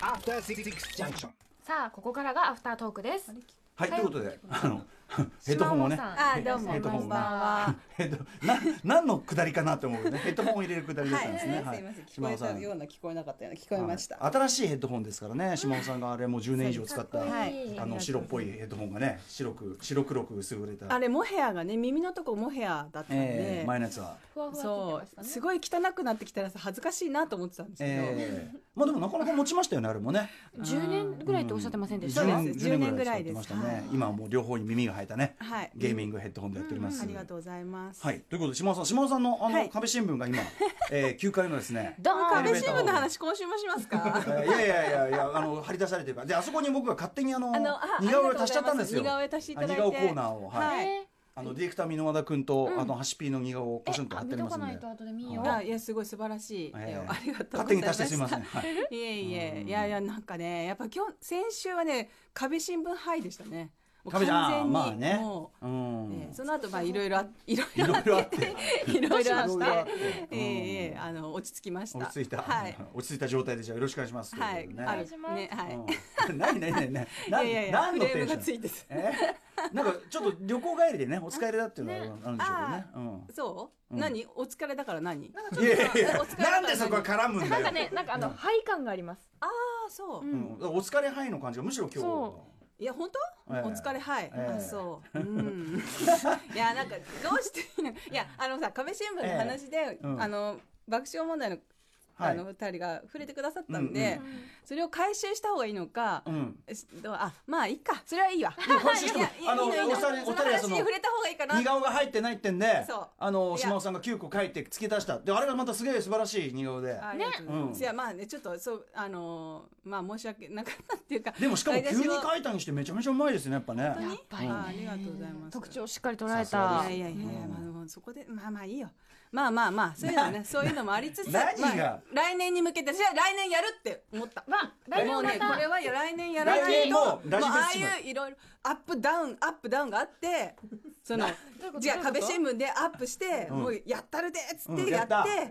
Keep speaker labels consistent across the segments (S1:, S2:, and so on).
S1: After Six Junction。
S2: さあここからがアフタートークです。
S3: はい、と
S2: はい
S3: いうことで、あ の、ヘッドホンをね、
S2: 島尾さん
S4: あどうも
S2: い
S3: ヘッ
S2: らっ
S3: ドホ
S2: しゃい
S3: ンを
S2: ま
S3: ね
S2: した
S4: は
S3: ヘッド、 な、何のくだりかなって思うけどね、ヘッドホンを入れるくだりだっ
S4: は
S3: たん
S4: い、
S3: です
S4: す
S3: ね。
S4: みません、聞こえたような聞こえなかったような聞こえました。
S3: はい新しいヘッドホンですからね島尾さんがあれもう10年以上使った、
S2: そうですはい
S3: あの白っぽいヘッドホンがね白く白黒く薄れた
S4: あれモヘアがね耳のとこモヘアだったん
S3: え
S4: で
S3: ー、前のやつは、
S2: ふわふわ
S4: そ
S2: ついてまし
S4: う
S2: た
S4: す
S2: ね。
S4: ごい汚くなってきたらさ恥ずかしいなと思ってたんですけど、
S3: えー、まあでもなかなか持ちましたよねあれもね
S2: 10年ぐらいとおっしゃってませんでした。
S4: う
S2: は
S4: ん
S2: い
S4: そうです
S3: 10
S4: 10年ぐら
S3: 使って
S4: いです
S3: ましたね、
S4: はい
S3: 今はもう両方に耳が生えたね
S4: はい
S3: ゲーミングヘッドホンでやっております、
S4: ありがとうございます。
S3: はい、ということで島尾さん島尾さんのあの、
S4: はい
S3: 壁新聞が 今、えー、9階のですね
S2: ドーン
S4: 壁新聞の話今週もします
S3: え
S4: か？
S3: ー いやいやいやいやあの張り出されてるからであそこに僕が勝手にあの
S4: あのあ
S3: 似顔絵を足しちゃったんですよ
S4: ありがとうございます似顔絵足していただいて
S3: あ似顔コーナーをはい、
S4: はい
S3: あのディレクター箕輪田君と、あのハシピーの似顔を
S2: え
S3: ポシュンと貼
S2: あ
S3: ってあ
S2: 見
S3: り
S2: と
S3: ます
S2: か
S3: ん
S2: ない
S3: で
S2: と後で見よ
S4: あ
S2: う。
S4: いやすごい素晴らしい絵を、
S3: えー
S4: ありがとうございま
S3: 勝手に足してすみません、
S4: い
S3: はい、
S4: えいえいやいやなんかねやっぱ今日先週はね壁新聞ハイでしたね。 もう
S3: 壁じゃあまあね
S4: も
S3: う
S4: う、
S3: ん、
S4: えーその後まあいろいろあいろい
S3: い
S4: ろ
S3: ろいろ あって
S4: いろいろあっ
S3: いろい
S4: て
S3: ろあってう
S4: え
S3: ん
S4: ーえーあの落ち着きました。
S3: 落ち着いた、
S4: はい。
S3: 落ち着いた状態でじゃあよろしくお願いします
S4: はい、
S3: とうことで
S4: あ
S3: ね
S4: るね、はい。
S3: うん何何何何何
S4: いやいやいや
S3: 何の
S4: フ
S3: テ
S4: レー
S3: ン
S4: ム
S3: シ
S4: が
S3: ョン
S4: ついてて
S3: えーなんかちょっと旅行帰りでねお疲れだっていうのはあるんでしょ
S4: そう、
S3: うん
S4: 何お疲れだから何あ
S3: うけどね、うん、いやいやいや
S4: お疲れ
S3: なんでそこは絡むんだ
S2: なん
S3: よ
S2: かねなんかあの肺感があります。
S4: あそう、
S2: うん
S3: うん、お疲れ範囲の感じがむしろ今日
S2: そ
S4: いや本当、
S3: ええ
S4: お疲れはい、
S3: ええ
S4: あ そう、うんいやなんかどうしていいのいやあのさ壁新聞の話で、
S3: うん
S4: あの爆笑問題の
S3: は
S4: あ
S3: い
S4: の二人が触れてくださったんで、
S3: うん
S4: それを回収した方がいいのか、
S3: うん
S4: えしどうあまあいいかそれはいいわ
S3: 回収しても
S4: いやいや
S3: あの
S4: いいのいいの
S3: お
S4: そ
S3: 二
S4: の
S3: 人お二人は
S4: 話
S3: その
S4: に触れた方がいいかな
S3: 似顔が入ってないってんで
S4: そう
S3: あの
S4: いや
S3: 島尾さんが9個書いて付け足したであれがまたすげえ素晴らしい似顔で
S4: ありがとうございま
S3: ね
S4: すいやまあねちょっとそうあのーまあ申し訳なかったっていうか
S3: でもしかも
S4: 買い
S3: 急に
S4: 出を
S3: 書いたにしてめちゃめちゃうまいですねやっぱね
S4: 本当に
S2: やっぱりね
S4: あありがとうございます
S2: 特徴をしっかり捉
S3: さ
S2: え
S3: すが
S2: た
S3: で
S4: い
S3: す。
S4: やいやいやいや、
S3: うん
S4: まあでもそこでまあまあいいよまあまあまあそういうのねそういうのもありつつ
S3: 何が
S4: まあ来年に向けてじゃあ来年やるって思った
S2: まあ来年
S4: も
S2: も
S4: う
S2: ま
S4: ね
S2: た
S4: これは来年やらな
S3: 来年
S4: いと
S3: もラジ
S4: まああ
S3: フェスティバル
S4: あいういろいろアップダウンアップダウンがあってその
S2: どういうこと
S4: じゃあ
S2: どういう
S4: 壁
S2: こと
S4: 新聞でアップして、
S3: うん
S4: もうやったるでっつっ
S3: うん
S4: てやって、
S3: やった
S4: や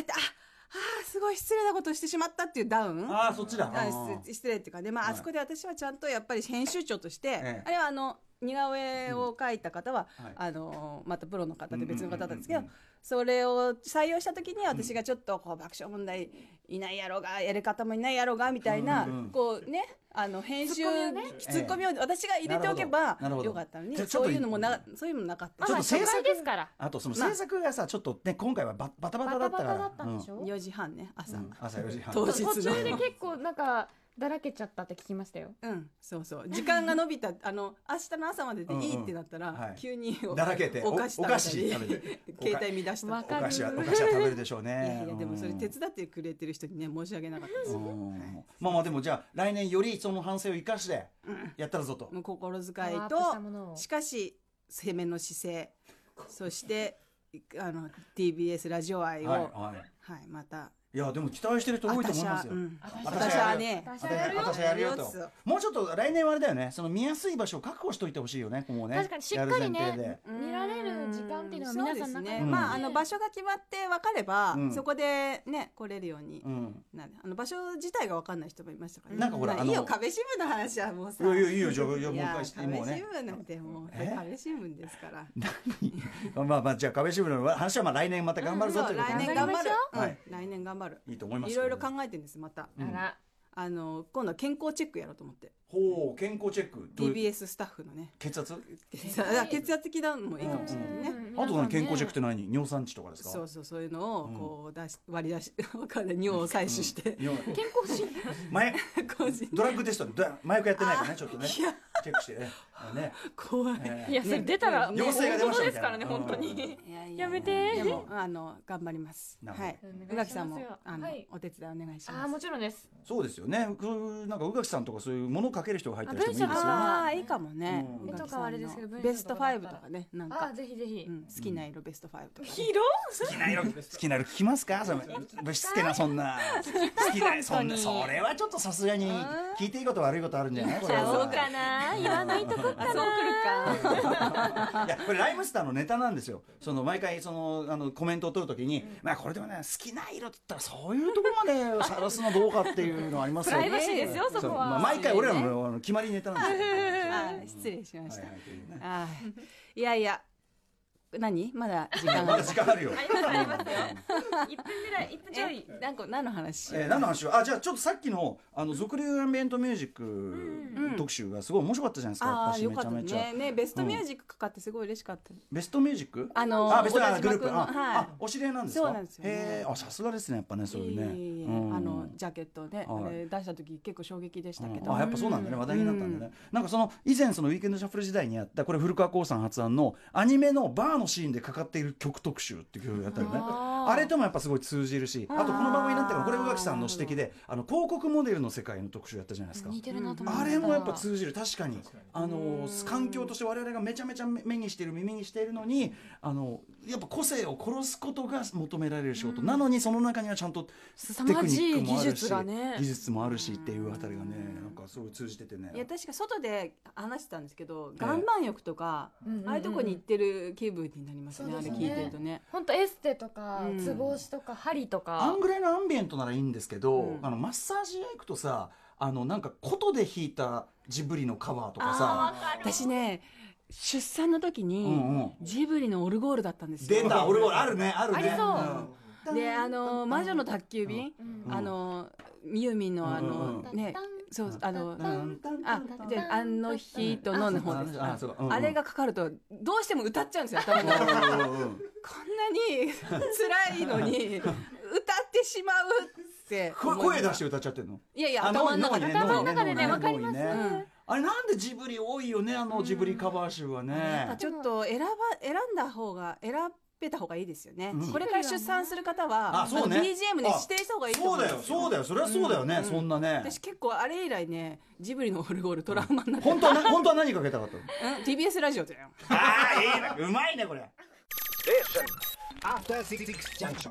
S4: ってああーすごい失礼なことをしてしまったっていうダウン
S3: ああそっちだ
S4: あ
S3: うん
S4: 失失礼っていうかね、まあ、
S3: はい
S4: あそこで私はちゃんとやっぱり編集長として、
S3: ええ
S4: あれはあの似顔絵を描いた方は、
S3: うんはい
S4: あのまたプロの方で別の方だったんですけど、
S3: うんうんうん
S4: それを採用した時に私がちょっとこう爆笑問題いないやろうがやり方もいないやろうがみたいな、
S3: うんうんうん
S4: こうねあの編集
S2: ツッコミをね
S4: ツッコミを私が入れておけば
S3: なるほどなるほど
S4: よかったのに
S3: じゃあちょっ
S4: そ
S3: と
S4: ういうのもなそういうのもなかった
S2: まあ
S3: ちょっと
S2: まあ初
S3: 制作
S2: 回ですから。
S3: あとその制作がさちょっとね今回はババタバ
S2: バ
S3: タだ
S2: タ
S3: った
S2: バ
S3: から
S2: タだったんでし
S3: う
S2: ょ。
S4: 4時半ね朝、
S3: んうん朝4時半
S4: 当
S2: 途
S4: 日の
S2: 途中で結構なんかだらけちゃったって聞きましたよ。
S4: うん、そうそう時間が伸びた あの明日の朝まででいいってなったら、
S3: うんうんはい
S4: 急にお
S3: だらけて
S4: お菓子
S3: おお菓子
S4: 食べた
S3: 食べ
S4: り
S3: て
S4: 携帯乱した
S2: わ
S4: り
S3: お
S2: か
S3: 菓子はお
S2: る
S3: 菓子は食べるでしょう
S4: い
S3: ね
S4: やいやでもそれ
S3: うん
S4: 手伝ってくれてる人にね申し訳なかったです、
S3: うんまあまあでもじゃあ来年よりその反省を生かしてやったらぞと
S4: もう心遣い
S2: パワーアップしたもの
S4: と
S2: を
S4: しかし攻めの姿勢そしてあの TBS ラジオ愛を、
S3: は
S4: はいい
S3: はい
S4: また
S3: いやでも期待してる人多いと思いますよ
S4: 私はうん
S3: 私はやるよ
S2: 私はやるよ
S3: 私はやるよと
S4: 私はやるよ
S3: もうちょっと来年はあれだよねその見やすい場所を確保しといてほしいよねこうね
S2: 確かにしっかりね
S3: やる前提で
S2: 見られる時間っていうのは皆さん
S4: そ
S2: なか
S4: う
S2: なか
S4: です
S2: ね
S4: ね、まああの場所が決まって分かれば、
S3: うん
S4: そこでね来れるように、
S3: うん
S4: なんであの場所自体が分かんない人もいましたから、
S3: なんかほら
S4: まあ
S3: あの
S4: いいよ壁新聞の話はもう
S3: い
S4: さ
S3: やいやいいよじゃあじゃあも
S4: い
S3: う
S4: や
S3: 一回してもう
S4: 壁
S3: ね
S4: 新聞なんてもう
S3: え
S4: 壁新聞ですから
S3: まあまあじゃあ壁渋谷の話はまあ来年また頑張るぞと
S4: そ
S3: いううこと
S4: 来
S3: で
S4: 年頑張る、うん
S3: はい
S4: 来年頑張る
S3: いいと思います
S4: い
S3: けどね
S4: ろいろ考えてるんですまた、
S3: うん
S2: あら
S4: あの今度は健康チェックやろうと思って
S3: ほう健康チェックどういう
S4: TBS スタッフのね
S3: 血圧
S4: 血圧血圧的なのもいいかもしれないね、
S2: うん
S3: あと何健康チェックって何尿酸値とかですか
S4: そうそうそういうのをこう出し割り出しわかんない尿を採取して、
S3: 尿
S2: 健康診断
S3: 前
S4: 個人
S3: ドラッグテストでドラ麻薬やってないかねちょっとねチェックしてねあのね
S4: 怖い、
S3: えー
S2: いやそれ出たら
S4: ね
S2: もう
S3: 陽性が
S2: 本
S3: 出まし
S2: 当
S3: たみ
S2: です
S3: たい
S2: か
S3: な
S2: らね本当に。
S4: いやいや
S2: やめて
S4: でもあの頑張ります。
S3: なるほど
S4: はい
S2: お願いし。ます
S4: 宇垣さんもあの、
S2: はい
S4: お手伝いお願いし
S2: あ
S4: ま
S2: あ
S4: す。
S2: もちろんです。
S3: そうですよねそういうなんか宇垣さんとかそういうものをかける人が入ってる人もいいですよね
S2: あ文章とか
S4: ああーいいかもね
S3: う。ん
S4: 宇垣さ
S2: 絵とか
S4: んの
S2: はあれですけど文章とか
S4: ベストファイブとかねなん
S2: ああ
S4: か、
S2: ぜひぜひ
S4: う。ん、好きな色ベストファイブとか、ね。
S2: 色？
S3: 好きな色、好きな色聞きますかそれ、ぶしつけな、そんな。好きな、そんな、それはちょっとさすがに、聞いていいこと悪いことあるんじゃないこれは
S2: な。言わないとこ
S4: あそう来るか
S3: いやこれライムスターのネタなんですよその毎回そのあのコメントを取るときに、まあこれでもね好きな色って言ったらそういうとこまで晒すのどうかっていうのはありますよ
S1: プライバシーですよそこは
S3: うまあ、毎回俺らのあの決まりネタなんですよ
S4: あ ー失礼しまし
S3: はい
S4: た、
S3: はいというね
S4: あーいやいや何まだ時間
S3: ま
S4: が
S3: だ時間あるよ
S1: ありますありますよ。一分ぐらい、一分ちょい。
S4: 何個何の話、
S3: えー何の話をあじゃあちょっとさっきのあの俗流アンビエントミュージック特集がすごい面白かったじゃないですか、
S4: ああ
S3: 私
S4: よ
S3: め
S4: かっ
S3: ち
S4: た
S3: ゃめちゃ、
S4: ねねベストミュージックかかってすごい嬉しかった、
S3: ベストミュージック
S4: あの
S3: あベストあ
S4: 小田
S3: グ
S4: 島
S3: ループ
S4: 君の
S3: あ、
S4: はい
S3: あお知り合いなんですか
S4: そうなんですよね
S3: へーあさすがですねやっぱねそういうね
S4: いえいえいえ
S3: うん
S4: あのジャケットね、
S3: はい
S4: あれ出した時結構衝撃でしたけど、
S3: うんあやっぱそうなんだね、話題になったんだね、なんかその以前そのウィークエンドシャッフル時代にやったこれ古川光さん発案のアニメのバーのシーンでかかっている曲特集っていう曲をやったよねあれともやっぱすごい通じるしあとこの番組になってからこれ宇垣さんの指摘であの広告モデルの世界の特集やったじゃないですか
S2: 似てるなと思
S3: あ
S2: いました
S3: れもやっぱ通じる確かに
S5: かに
S3: あの環境として我々がめちゃめちゃ目にしている耳にしているのにあのやっぱ個性を殺すことが求められる仕事、なのにその中にはちゃんと
S2: 凄
S3: テク
S2: ま
S3: ニ
S2: じ
S3: ック
S2: い
S3: も
S2: 技
S3: ある
S2: 術
S3: し
S2: がね
S3: 技術もあるしっていうあたりがねなんかすごい通じててね
S4: いや確か外で話してたんですけど
S3: え
S4: 岩盤浴とか、
S2: うんうんうん
S4: ああいうとこに行ってる気分になりますね、
S2: そうです
S4: あ
S2: ね
S4: れ聞いてるとね
S2: 本当エステとか
S4: うん
S2: つぼ押しとか針と
S3: あ
S2: か
S3: んぐらいのアンビエントならいいんですけど、
S4: うん
S3: あのマッサージ屋行くとさあのなんか琴で弾いたジブリのカバーとか
S1: あ
S3: さ
S1: ー、わかる。
S4: 私ね出産の時
S3: う
S4: に
S3: んうん、
S4: ジブリのオルゴールだったんですよ
S3: 出た俺もあるねあるね
S2: ありそう
S3: うん
S4: であの魔女の宅急便、
S2: うん
S4: あのみゆみのあの、
S3: うん
S4: ねそうあの、あで「あの日との」の方です
S3: あそうかうんうん
S4: あれがかかるとどうしても歌っちゃうんですよ頭の中で
S3: うんうん
S4: こんなに 辛いのに歌ってしまうって
S3: こ
S4: 思いま
S3: 声出して歌っちゃってるの
S4: いやいや
S3: あ脳
S4: 頭の
S3: に脳
S4: 中
S3: に
S4: で、
S3: ね
S2: 頭の中でね
S3: 脳に
S2: わかります
S3: 脳に
S4: う
S3: ね
S4: ん
S3: あれなんでジブリ多いよねあのジブリカバー集は
S4: やっぱ
S3: ね
S4: ちょっと選ば選んだ方が選べた方がいいですよね、
S3: うん
S4: これから出産する方は
S3: あそうね
S4: あの BGM で指定した方がいいと
S3: そうう
S4: 思
S3: ん
S4: で
S3: だ
S4: す
S3: よそうだよそれはそうだよね
S4: うん
S3: そんなね
S4: 私結構あれ以来ねジブリのオルゴールトラウマになって、
S3: 本当はな本当は何かけたかったの
S4: うん TBS ラジオだよ
S3: ああいいねうまいねこれ
S5: After Six Junction.